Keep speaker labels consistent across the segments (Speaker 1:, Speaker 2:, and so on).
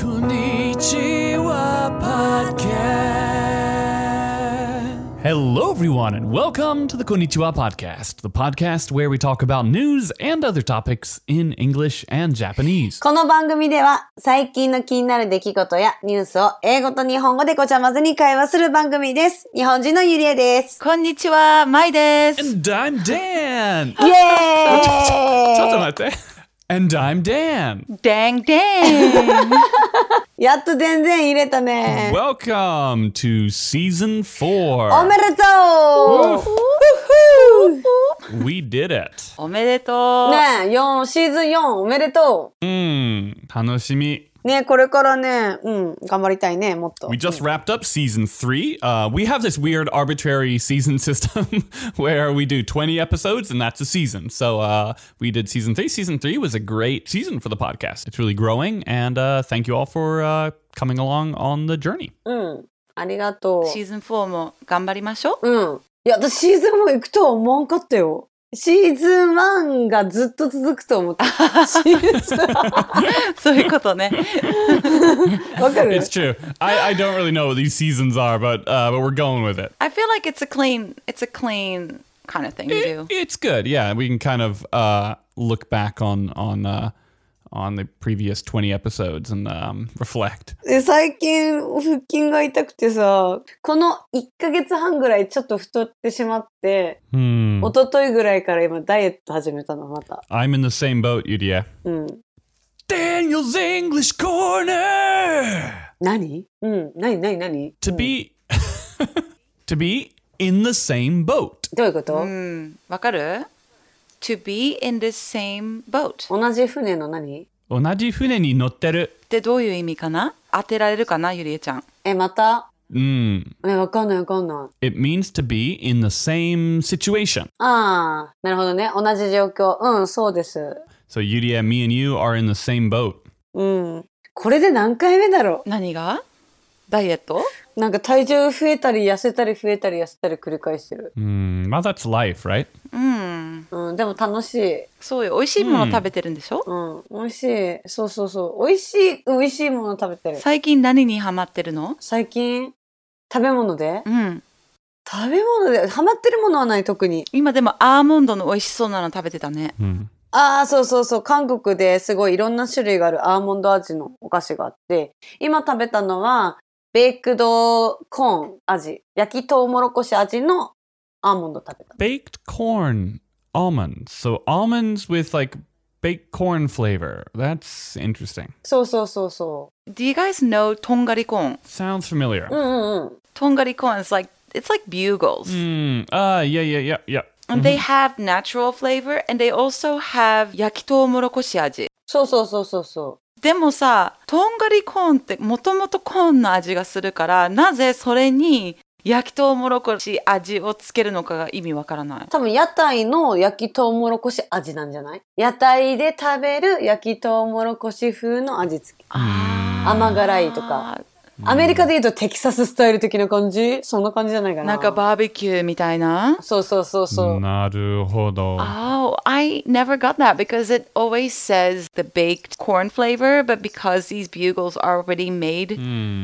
Speaker 1: こんにちは、podcast. Hello, everyone, and welcome to the Konnichiwa Podcast, the podcast where we talk about news and other topics in English and Japanese.
Speaker 2: この番組では最近の気になる出来事やニュースを英語と日本語でごちゃ混ぜに会話する番組です。日本人のゆりえ です。
Speaker 3: こんにちは、まいです。
Speaker 1: And I'm Dan.
Speaker 2: イエー
Speaker 1: And I'm Dan.
Speaker 3: で んでん。
Speaker 2: イやっと全然入れたね。
Speaker 1: Welcome to season
Speaker 2: お
Speaker 1: four.
Speaker 2: めでとう
Speaker 1: We did it.
Speaker 3: おめでとう。
Speaker 2: ねえ、4、シーズン4おめでと
Speaker 1: Mmm, 楽しみ.
Speaker 2: うねえ、これからね、うん、頑張りたいね、もっと
Speaker 1: We。just wrapped up season three. Uh, we have this weird arbitrary season system where we do 20 episodes and that's a season. So uh, we did season three. Season three was a great season for the podcast. It's really growing. And uh, thank you all for uh, coming along on the journey.
Speaker 2: うん、ありがとう。
Speaker 3: シーズン4も頑張りましょう。
Speaker 2: うん。いや、私シーズンも行くとは思わんかったよ。シーズン1がずっと続くと思った。シーズン
Speaker 3: そういうことね。
Speaker 2: わかる
Speaker 1: It's true. I, I don't really know what these seasons are, but, uh, but we're going with it.
Speaker 3: I feel like it's a clean, it's a clean kind of thing
Speaker 1: It-
Speaker 3: you do.
Speaker 1: It's good. Yeah, we can kind of uh, look back on on uh, on the previous twenty episodes and um, reflect.
Speaker 2: で最近腹筋が痛くてさ、この1ヶ月半ぐらいちょっと太ってしまって、
Speaker 1: Hmm.
Speaker 2: 一昨日ぐらいから今ダイエット始めたの、また。
Speaker 1: I'm in the same boat, Yudia.
Speaker 2: うん。
Speaker 1: Daniel's English Corner.
Speaker 2: 何うん。何何何
Speaker 1: To be to be in the same boat.
Speaker 2: どういうこと、
Speaker 3: うん、わかる ?To be in the same boat っ
Speaker 2: 同じ船の何
Speaker 1: 同じ船に乗ってる。
Speaker 3: てどういう意味かな当てられるかな、ゆりえちゃん。
Speaker 2: え、また
Speaker 1: Mm.
Speaker 2: え、わかんないわかんない。
Speaker 1: It means to be in the same situation.
Speaker 2: ああ、なるほどね。同じ状況。うん、そうです。
Speaker 1: So Yudia, me and you are in the same boat.
Speaker 2: うん。これで何回目だろ
Speaker 3: 何がダイエット
Speaker 2: うなんか体重増えたり痩せたり増えたり痩せたり繰り返してる。
Speaker 1: Mm. Well, that's life, right?
Speaker 3: うん。
Speaker 2: うん、でも楽しい。
Speaker 3: そうよ。美味しいもの食べてるんでしょ、
Speaker 2: うん、美味しい。そうそうそう。美味しい、美味しいもの食べてる。
Speaker 3: 最近何にハマってるの
Speaker 2: 最近、食べ物で
Speaker 3: うん。
Speaker 2: 食べ物で、ハマってるものはない特に。
Speaker 3: 今でもアーモンドの美味しそうなの食べてたね。
Speaker 1: Mm.
Speaker 2: ああ、そうそうそう。韓国ですごいいろんな種類があるアーモンド味のお菓子があって、今食べたのは、ベイクドコーン味、焼きトウモロコシ味のアーモンド食べた。
Speaker 1: baked corn almonds. So almonds with like baked corn flavor. That's interesting.
Speaker 2: そうそうそうそう。
Speaker 3: Do you guys know とんがりコーン
Speaker 1: Sounds familiar.
Speaker 2: うんうんうん。
Speaker 3: とんがりコーン is like it's like bugles、
Speaker 1: Mm. Ah, yeah, yeah, yeah, yeah.
Speaker 3: and they have natural flavor and they also have 焼きとうもろこし味
Speaker 2: そうそうそうそうそ。
Speaker 3: でもさとんがりコーンってもともとコーンの味がするからなぜそれに焼きとうもろこし味をつけるのかが意味わからないう
Speaker 2: 多分屋台の焼きとうもろこし味なんじゃない屋台で食べる焼きとうもろこし風の味付け。
Speaker 3: あー
Speaker 2: 甘辛いとか。アメリカで言うとテキサススタイル的な感じそんな感じじゃないかな。
Speaker 3: なんかバーベキューみたいな
Speaker 2: そうそうそうそう。
Speaker 1: なるほど。
Speaker 3: Oh, I never got that because it always says the baked corn flavor, but because these bugles are already made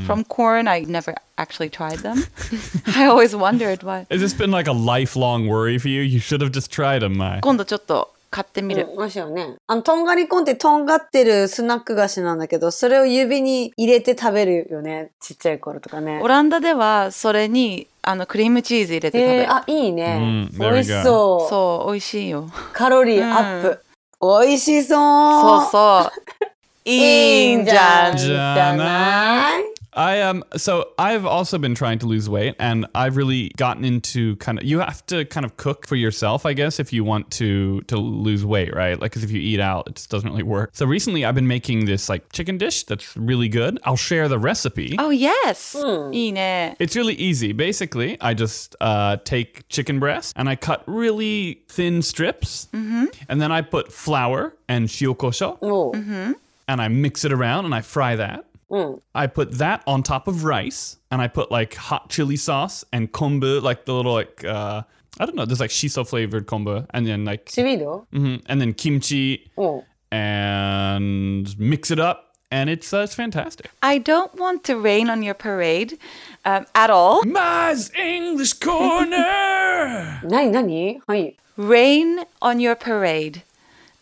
Speaker 3: from corn, I never actually tried them. I always wondered why.
Speaker 1: Has this been like a lifelong worry for you? You should have just tried them, Mai.
Speaker 3: 今度ちょっと買ってみる。
Speaker 2: うん、しいよね。あの、とんがりコーンってとんがってるスナック菓子なんだけど、それを指に入れて食べるよね。ちっちゃい頃とかね
Speaker 3: オ。ランダではそれにあのクリームチーズ入れて食べ
Speaker 2: え
Speaker 3: る。
Speaker 2: ー、あ、いいね。
Speaker 1: うん
Speaker 2: 美
Speaker 1: there we go
Speaker 2: 味しそう。
Speaker 3: そう、美味しいよ。
Speaker 2: カロリーアップ。美味しそう。
Speaker 3: そうそう。いいんじゃん。
Speaker 1: じゃない I um so I've also been trying to lose weight and I've really gotten into kind of you have to kind of cook for yourself I guess if you want to to lose weight right like cuz if you eat out it just doesn't really work. So recently I've been making this like chicken dish that's really good. I'll share the recipe.
Speaker 3: Oh, yes!
Speaker 2: うん
Speaker 3: いいね。
Speaker 1: It's really easy. Basically, I just uh, take chicken breast and I cut really thin strips, mm-hmm. and then I put flour and shiokosho,
Speaker 2: もう、
Speaker 1: and I mix it around and I fry that.
Speaker 3: Mm.
Speaker 2: うん。
Speaker 1: I put that on top of rice, and I put like hot chili sauce and kombu, like the little like uh, I don't know, there's like shiso flavored kombu, and then like mm-hmm,
Speaker 2: シビード
Speaker 1: mhm, and then kimchi
Speaker 2: うん。
Speaker 1: and mix it up. and it's uh, it's fantastic.
Speaker 3: I don't want to rain on your parade um, at all.
Speaker 1: Ma's English Corner.
Speaker 2: 何何はい。
Speaker 3: Rain on your parade.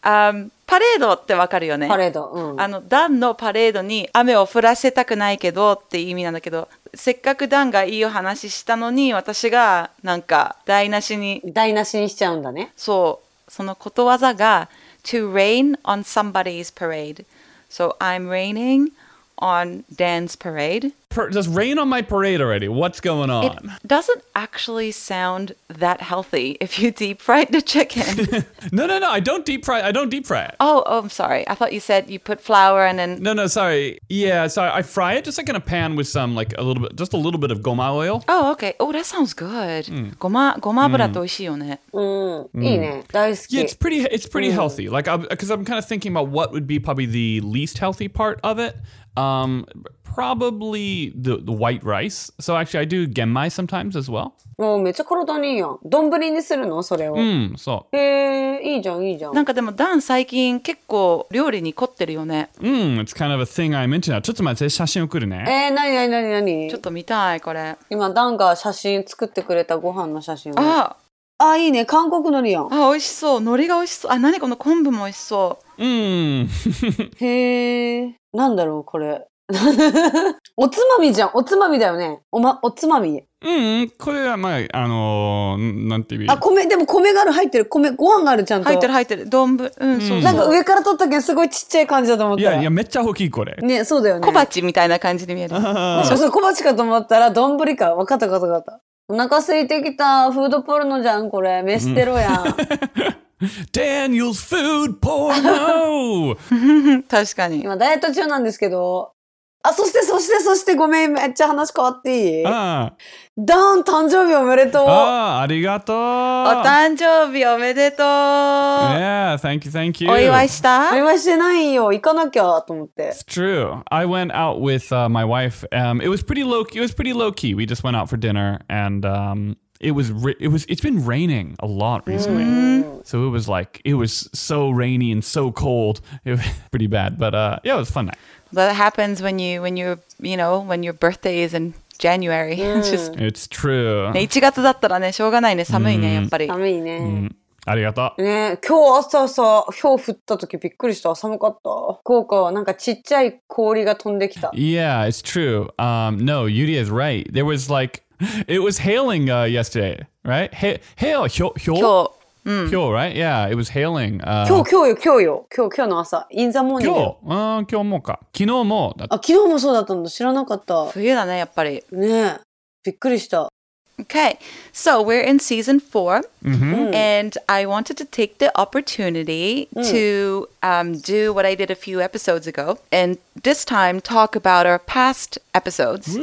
Speaker 3: あんパレードってわかるよね
Speaker 2: パ。レード。うん。
Speaker 3: あの、ダンのパレードに雨を降らせたくないけどって意味なんだけど、せっかくダンがいいお話したのに、私がなんか台無しに、
Speaker 2: 台無しにしちゃうんだね。
Speaker 3: そう、そのことわざが、to rain on somebody's parade. So I'm raining on Dan's parade.
Speaker 1: Per- just rain on my parade already. What's going on?
Speaker 3: It doesn't actually sound that healthy if you deep fry the chicken.
Speaker 1: no, no, no. I don't deep fry. I don't deep fry it.
Speaker 3: oh, oh, I'm sorry. I thought you said you put flour and then.
Speaker 1: No, no, sorry. Yeah, sorry. I fry it just like in a pan with some like a little bit, just a little bit of goma oil.
Speaker 3: Oh, okay. Oh, that sounds good. ごまごま油って美味しいよね。
Speaker 2: うん。いいね。大好き。
Speaker 1: Yeah, it's pretty. It's pretty healthy. Like, because I'm kind of thinking about what would be probably the least healthy part of it. Um, probably the, the white rice. So actually, I do genmai sometimes as well.
Speaker 2: もうめっちゃ体にいいやん。丼にするのそれを。
Speaker 1: Hmm. So
Speaker 2: へえ、いいじゃん、いいじゃん。
Speaker 3: なんかでもダン最近結構料理に凝ってるよね。
Speaker 1: mm, it's kind of a thing I'm into now. ちょっと待って、写真送るね。
Speaker 2: えー、なになになになに
Speaker 3: ちょっと見たいこれ。
Speaker 2: 今、ダンが写真作ってくれたご飯の写真を。あ
Speaker 3: あ
Speaker 2: あ、いいね。韓国のりやん。
Speaker 3: あ美味しそう。海苔が美味しそう。あ何この昆布も美味しそう。
Speaker 1: Mm.
Speaker 2: へえ。なんだろう、これ。 おつまみじゃん。おつまみだよね。おま、おつまみ。
Speaker 1: mm, うん、これはまあ、あの、なんていう。
Speaker 2: あ、米、でも米がある、入ってる。米、ご飯がある、ちゃんと。
Speaker 3: 入ってる入ってる。丼ぶうんそう
Speaker 2: なん
Speaker 3: そ
Speaker 2: か
Speaker 3: う。
Speaker 2: 上から撮ったけど、すごいちっちゃい感じだと思ったら。
Speaker 1: いやいや、めっちゃ大きいこれ。
Speaker 2: ね、そうだよね。
Speaker 3: 小。鉢みたいな感じに 見 える。
Speaker 2: そうそう、小鉢かと思ったら、丼か。わかったわかったわかった。お腹空いてきた。フードポルノじゃん、これ。飯テロやん。
Speaker 1: Daniel's food porno.
Speaker 3: 確かに。
Speaker 2: 今、ダイエット中なんですけど。あ、そして、そして、そして、ごめん。めっちゃ話変わっていい
Speaker 1: ああ、
Speaker 2: ダウン誕生日おめでとう。
Speaker 1: ああ、ありがとう。
Speaker 3: お誕生日おめでとう。
Speaker 1: yeah, thank you, thank you.
Speaker 3: お祝いし
Speaker 2: あ
Speaker 3: た
Speaker 2: れはしてないよ。行かなきゃと思って。
Speaker 1: It's true. I went out with uh, my wife. Um, it was pretty low. It was pretty low key. We just went out for dinner, and um, it was ri- it was it's been raining a lot recently. So it was like it was so rainy and so cold. It was pretty bad, but uh, yeah, it was a fun night.
Speaker 3: That happens when you when you you know when your birthday is in January. It's just
Speaker 1: It's true.
Speaker 3: ね、1月だったらね、しょうがないね、寒いね、やっぱり。
Speaker 2: 寒いね。
Speaker 1: Mm. Arigato.
Speaker 2: ね今日朝さ、氷降った時びっくりした。寒かった。福岡はなんかちっちゃい氷が飛んできた。
Speaker 1: Yeah, it's true. Um, no, Yuri is right. There was like, it was hailing uh, yesterday, right? Ha- hail, hyo, hyo,
Speaker 3: 今日、うん。
Speaker 1: hyo, right? Yeah, it was hailing. Uh,
Speaker 2: 今日、今日よ、今日よ。今日、今日の朝。インザモーニング。
Speaker 1: 今日、うん、今日もか。昨日もだっ
Speaker 2: あ、昨日もそうだったんだ。知らなかった。
Speaker 3: 冬だね、やっぱり。
Speaker 2: ねびっくりした。
Speaker 3: Okay, so we're in season four, and I wanted to take the opportunity to um, do what I did a few episodes ago, and this time talk about our past episodes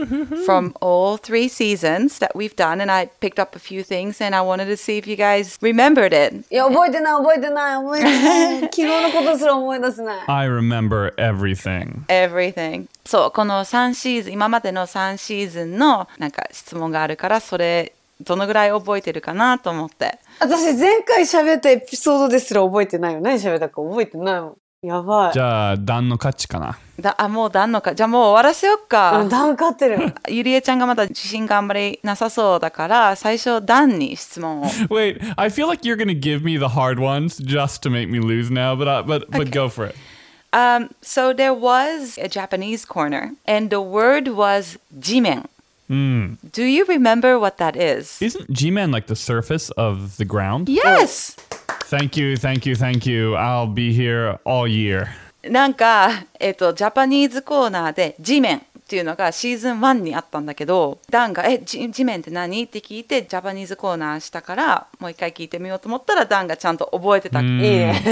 Speaker 3: from all three seasons that we've done. And I picked up a few things, and I wanted to see if you guys remembered it.
Speaker 2: いや、覚えてない、覚えてない、覚えて ない。昨日のことすら思い出せない。
Speaker 1: I remember everything.
Speaker 3: everything そうこの3シーズン今までの3シーズンのなんか質問があるからそれどのぐらい覚えてるかなと思って
Speaker 2: 私、前回喋ったエピソードですら覚えてないよ。何喋ったか覚えてないもん。やばい
Speaker 1: じ。ゃあ、段の価値かな。
Speaker 3: だあもうだんのかじゃあもう終わらせよっ
Speaker 2: あ、
Speaker 3: か
Speaker 2: ダウン買ってる。
Speaker 3: ゆりえちゃんがまだ自信頑張りなさそうだから最初ダンに質 問を
Speaker 1: Wait, I feel like you're gonna give me the hard ones just to make me lose now, but I, but but go for it.
Speaker 3: um, So there was a Japanese corner and the word was 地面 Do you remember what that is?
Speaker 1: Isn't G-Man like the surface of the ground?
Speaker 3: Yes!
Speaker 1: Thank you, thank you, thank you. I'll be here all year.
Speaker 3: なんか、えっと、ジャパニーズコーナーで地面っていうのがシーズン1にあったんだけどダンが「え地地面って何?」って聞いてジャパニーズコーナーしたからもう一回聞いてみようと思ったらダンがちゃんと覚えてた、
Speaker 2: いい
Speaker 3: い
Speaker 2: ね。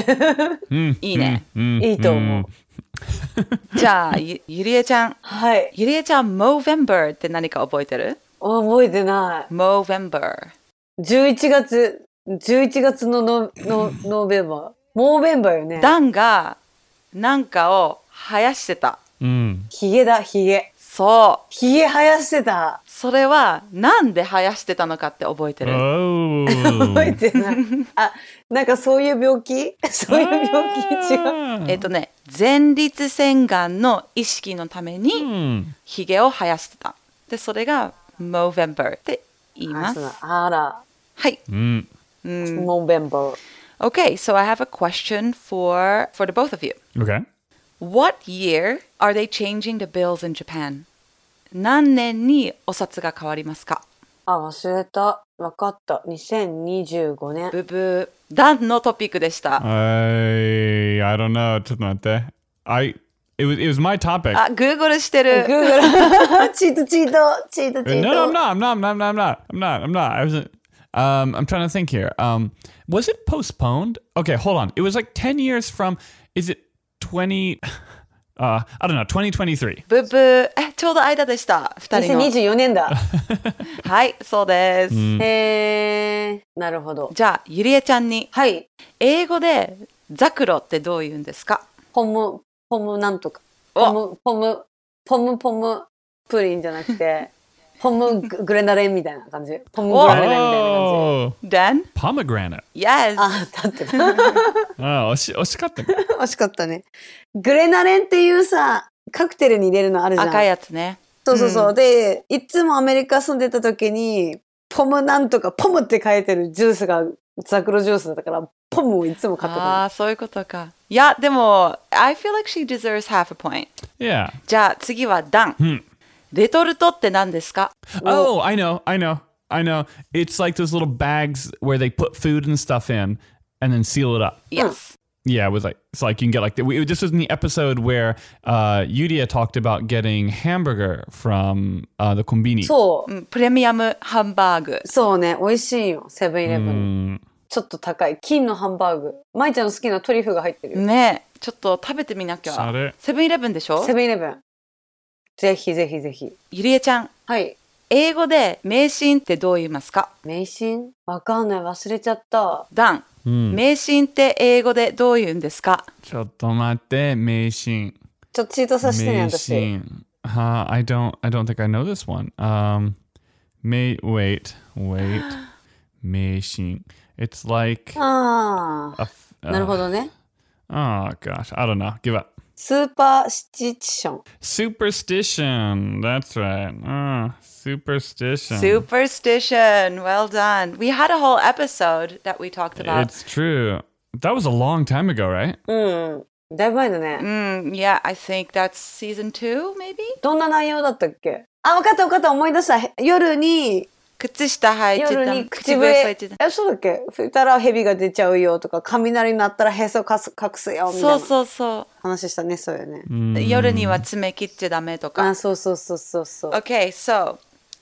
Speaker 1: Hmm,
Speaker 3: いね、
Speaker 2: いいと思う。
Speaker 3: じゃあゆゆりえちゃん
Speaker 2: はい。
Speaker 3: ゆりえちゃん「Movember」って何か覚えてる
Speaker 2: 覚えてない。
Speaker 3: ?Movember
Speaker 2: 11月、11月のノノノーベンバー。モーベンバーよね。
Speaker 3: ダンがなんかを生やしてた
Speaker 1: うん。
Speaker 2: ヒゲだ、ヒゲ。
Speaker 3: そう。
Speaker 2: ひげ生やしてた。
Speaker 3: それは、なんで生やしてたのかって覚え てる。
Speaker 1: Oh.
Speaker 2: 覚えてない。あ、なんかそういう病気 そういう病気違う。
Speaker 1: Ah.
Speaker 3: えっとね、前立腺がんの意識のために、
Speaker 1: Hmm,
Speaker 3: ヒゲを生やしてた。で、それが、Movember って言い
Speaker 2: あ
Speaker 3: ます
Speaker 2: そう。だあら、
Speaker 3: はい。
Speaker 1: Mm.
Speaker 2: モンベンバー。
Speaker 3: Okay, so I have a question for, for the both of you.
Speaker 1: Okay.
Speaker 3: What year are they changing the bills in Japan? 何年にお札が変わりますか
Speaker 2: あ、忘れた。わかった。2025年。
Speaker 3: ブブー。ダンのトピックでした。
Speaker 1: I I don't know. ちょっと待って。I it was it was my topic.
Speaker 3: あ、グーグルしてる。
Speaker 2: Google。チートチート、チートチ
Speaker 1: no, no, I'm
Speaker 2: ート。
Speaker 1: not. I'm not. I'm not. I'm not. I'm not. I'm not. I wasn't. Um, I'm trying to think here. Um, was it postponed? Okay, hold on. It was like ten years from. Is it twenty? Uh, I don't know. Twenty twenty three.
Speaker 3: ブブー。え、ちょうど間でした。二人の。
Speaker 2: 2024年だ。
Speaker 3: はい、そうです。
Speaker 1: Hmm.
Speaker 2: へー。なるほど。
Speaker 3: じゃあ、ゆりえちゃんに、
Speaker 2: はい。
Speaker 3: 英語でザクロってどう言うんですか
Speaker 2: ポム、ポムなんとか。ポ
Speaker 3: お
Speaker 2: ム、ポム、ポムポムプリンじゃなくて、ポムググレナレンみたいな感じ。ポムグレナレンみたいな感じ。
Speaker 1: Oh,
Speaker 3: ?Then?
Speaker 1: pomegranate.
Speaker 3: Yes!
Speaker 2: あ、だってた。
Speaker 1: Oh, 惜し惜しかったね。
Speaker 2: 惜しかったね。グレナレンっていうさ、カクテルに入れるのあるじゃん。
Speaker 3: 赤いやつね。
Speaker 2: そうそうそう。で、いつもアメリカ住んでた時に、ポムなんとか、ポムって書いてるジュースがザクロジュースだったから、ポムをいつも買って
Speaker 3: あ
Speaker 2: た
Speaker 3: あ、そういうことか。いや、でも、I feel like she deserves half a point.
Speaker 1: Yeah.
Speaker 3: じゃあ次はダン。
Speaker 1: Hmm.
Speaker 3: レトルトって何ですか
Speaker 1: Oh, I know, I know, I know. It's like those little bags where they put food and stuff in and then seal it up.
Speaker 3: ?Yes.
Speaker 1: Yeah, it was like it's like you can get like we, this was in the episode where uh Yudia talked about getting hamburger from uh the kombini.
Speaker 2: の。そう
Speaker 3: う。んプレミアムハンバーグ。
Speaker 2: そうね、美味しいよ、セブンイレブン。
Speaker 1: Mm,
Speaker 2: ちょっと高い。金のハンバーグ。舞ちゃんの好きなトリュフが入ってるよ。
Speaker 3: ねえ、ちょっと食べてみなきゃ。
Speaker 1: sorry.
Speaker 3: セブンイレブンでしょ
Speaker 2: セブンイレブン。ぜひぜひぜひ。
Speaker 3: ゆりえちゃん、
Speaker 2: はい。
Speaker 3: 英語で迷信ってどう言いますか
Speaker 2: 迷信わかんない。忘れちゃった。
Speaker 3: ダン、
Speaker 1: Mm.
Speaker 3: 迷信って英語でどう言うんですか
Speaker 1: ちょっと待って、迷信。
Speaker 2: ちょっとチートさせてね、私。
Speaker 1: 迷信。Uh, I don't I don't think I know this one. Um may wait, wait. 迷信. It's like
Speaker 2: あ
Speaker 1: a
Speaker 2: あ。
Speaker 1: f-
Speaker 2: な
Speaker 1: uh,
Speaker 2: るほどね。
Speaker 1: Oh gosh, I don't know. Give up.
Speaker 2: スーパーシチション。
Speaker 1: Superstition. That's right. Ah, superstition.
Speaker 3: Superstition. Well done. We had a whole episode that we talked about.
Speaker 1: It's true. That was a long time ago, right?
Speaker 2: うん。だいぶ前だね。
Speaker 3: Mm, yeah, I think that's season two, maybe?
Speaker 2: どんな内容だったっけあ、わかったわかった。思い出した。へ夜に、
Speaker 3: 靴下履いてた。
Speaker 2: 夜に口
Speaker 3: 履い
Speaker 2: 笛
Speaker 3: てた。。
Speaker 2: え、そうだっけ振ったら蛇が出ちゃうよとか、雷鳴ったらへそかす隠すよみた
Speaker 3: そ
Speaker 2: いうな
Speaker 3: そうそう。
Speaker 2: 話したね、そうよね。
Speaker 3: 夜には爪切っちゃダメとか。
Speaker 2: あ、そうそうそうそうそう。
Speaker 3: Okay, so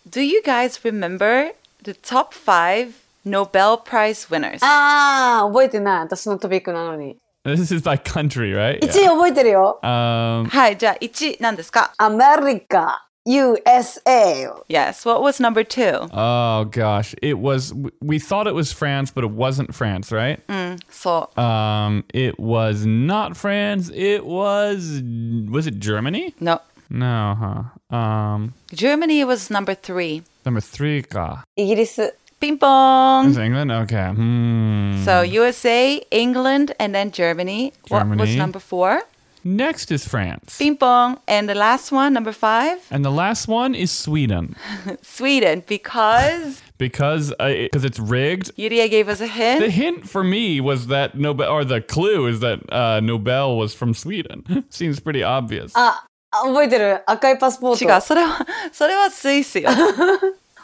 Speaker 3: do you guys remember the top five Nobel Prize winners?
Speaker 2: Ah. ああ、覚えてない。私のトピックなのに。
Speaker 1: This is by country, right?
Speaker 2: 1位覚えてるよ。
Speaker 1: Yeah. Um,
Speaker 3: はい、じゃあ1なんですか
Speaker 2: アメリカ、USA よ。
Speaker 3: ?Yes, what was number two?
Speaker 1: oh gosh, it was. We thought it was France, but it wasn't France, right?
Speaker 3: そう。
Speaker 1: Um, it was not France. It was. Was it Germany?
Speaker 3: No.
Speaker 1: No, huh? Um,
Speaker 3: Germany was number three.
Speaker 1: number three. Ka.
Speaker 2: イギリス。
Speaker 3: ピンポーン
Speaker 1: Is it England? Okay. Hmm.
Speaker 3: So USA, England, and then Germany. What was
Speaker 1: Germany.
Speaker 3: number four?
Speaker 1: Next is France.
Speaker 3: Ping pong. And the last one, number five,
Speaker 1: And the last one is Sweden
Speaker 3: Sweden, because
Speaker 1: because because it's rigged.
Speaker 3: Yuria gave us a
Speaker 1: The
Speaker 3: hint.
Speaker 1: hint for me was that Nobel, or the clue is that uh, Nobel was from Sweden. Seems pretty obvious.
Speaker 3: Uh,
Speaker 2: あ、あ覚えてる。赤いパスポ
Speaker 3: 違
Speaker 2: ー
Speaker 3: う、
Speaker 2: ト。
Speaker 3: それ は、それはスイスよ。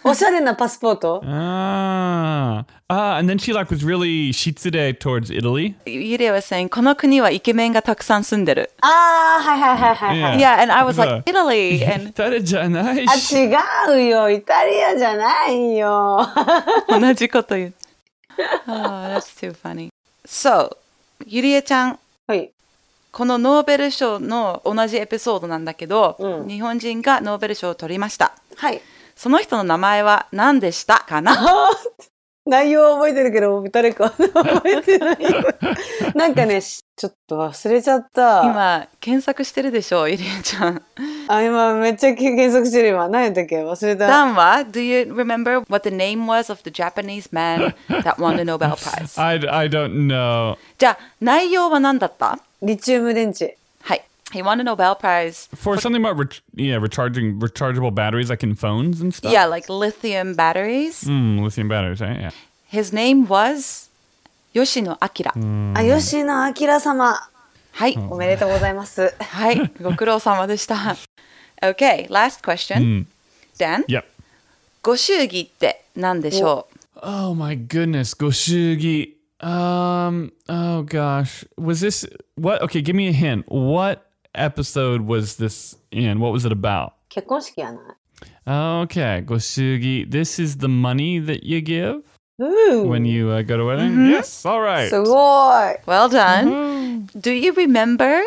Speaker 2: おしゃれなパスポート。
Speaker 1: ah, ah, and then she like was really shitsude towards Italy.
Speaker 3: ゆりえ was saying, この国はイケメンがたくさん住んでる。
Speaker 2: ああ、はいはいはいはいはい。
Speaker 3: Yeah, and I was like,
Speaker 1: Yeah.
Speaker 3: Italy. And
Speaker 1: 誰じゃない
Speaker 2: あ、違うよ。イタリアじゃない よ。
Speaker 3: 同じこと言う。Oh, that's too funny. So, ゆりえちゃん、
Speaker 2: はい。
Speaker 3: このノーベル賞の同じエピソードなんだけど、
Speaker 2: うん
Speaker 3: 日本人がノーベル賞を取りました。
Speaker 2: はい。
Speaker 3: その人の名前は何でしたかな
Speaker 2: 内容は覚えてるけど、誰かは覚えてない。なんかね、しちょっと忘れちゃった。
Speaker 3: 今検索してるでしょゆりえちゃん
Speaker 2: あ、今めっちゃ検索してる今。何やったっけ忘れた。
Speaker 3: Dan, what do you remember what the name was of the Japanese man that won the Nobel Prize?
Speaker 1: I, I don't know.
Speaker 3: じゃあ内容は何だった
Speaker 2: リチウム電池。
Speaker 3: はい。He won a Nobel Prize.
Speaker 1: For something about re- yeah, recharging rechargeable batteries like in phones and stuff.
Speaker 3: Yeah, like lithium batteries.
Speaker 1: Mm, lithium batteries, right? Yeah.
Speaker 3: His name was Yoshino Akira.
Speaker 2: あ、吉野明様。
Speaker 3: はい。
Speaker 2: おめでとうございます。
Speaker 3: はい。ご苦労様でした。Okay, last question. Dan,
Speaker 1: Yep.
Speaker 3: ご祝儀って何でしょう
Speaker 1: Oh my goodness, Goshugi. Um. Oh gosh, was this what? Okay, give me a hint. What episode was this in? What was it about?
Speaker 2: 結婚式やない
Speaker 1: Okay, Goshugi. This is the money that you give
Speaker 2: う
Speaker 1: when you uh, go to a wedding. Yes. All right.
Speaker 2: すごい
Speaker 3: Well done. Do you remember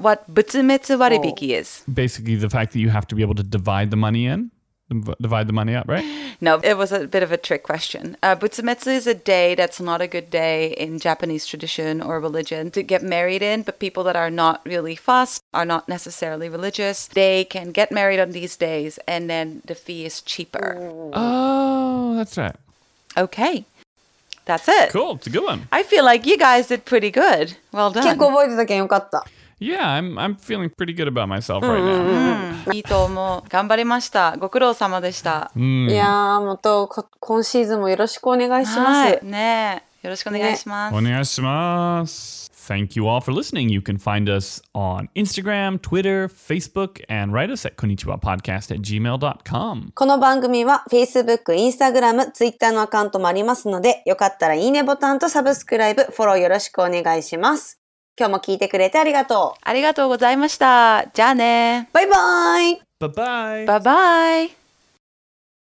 Speaker 3: what 仏滅割引 is?
Speaker 1: Basically, the fact that you have to be able to divide the money in, div- divide the money up, right?
Speaker 3: No, it was a bit of a trick question. Uh, Butsumetsu is a day that's not a good day in Japanese tradition or religion to get married in, but people that are not really fast, are not necessarily religious, they can get married on these days and then the fee is cheaper.
Speaker 1: Oh, that's right.
Speaker 3: Okay, that's it.
Speaker 1: Cool. It's a good one.
Speaker 3: I feel like you guys did pretty good. Well
Speaker 2: 結
Speaker 3: done.
Speaker 2: 構覚えてたけんよかった。
Speaker 1: Yeah, I'm I'm feeling pretty good about myself right now.
Speaker 3: いいと思う。頑張りました。ご苦労様でした。
Speaker 2: いやー、またこ今シーズンもよろしくお願いします。
Speaker 3: はい。ねえよろしくお願いします。
Speaker 1: Onegaishimasu. Thank you all for listening. You can find us on Instagram, Twitter, Facebook, and write us at konnichiwapodcast at gmail.com.
Speaker 2: この番組は Facebook、Instagram、Twitter のアカウントもありますので、よかったらいいねボタンとサブスクライブ、フォローよろしくお願いします。今日も聞いてくれてありがと
Speaker 3: ありがとうございました。じゃあね
Speaker 2: う。。バイバーイ
Speaker 1: Bye-bye.
Speaker 3: バイバイ。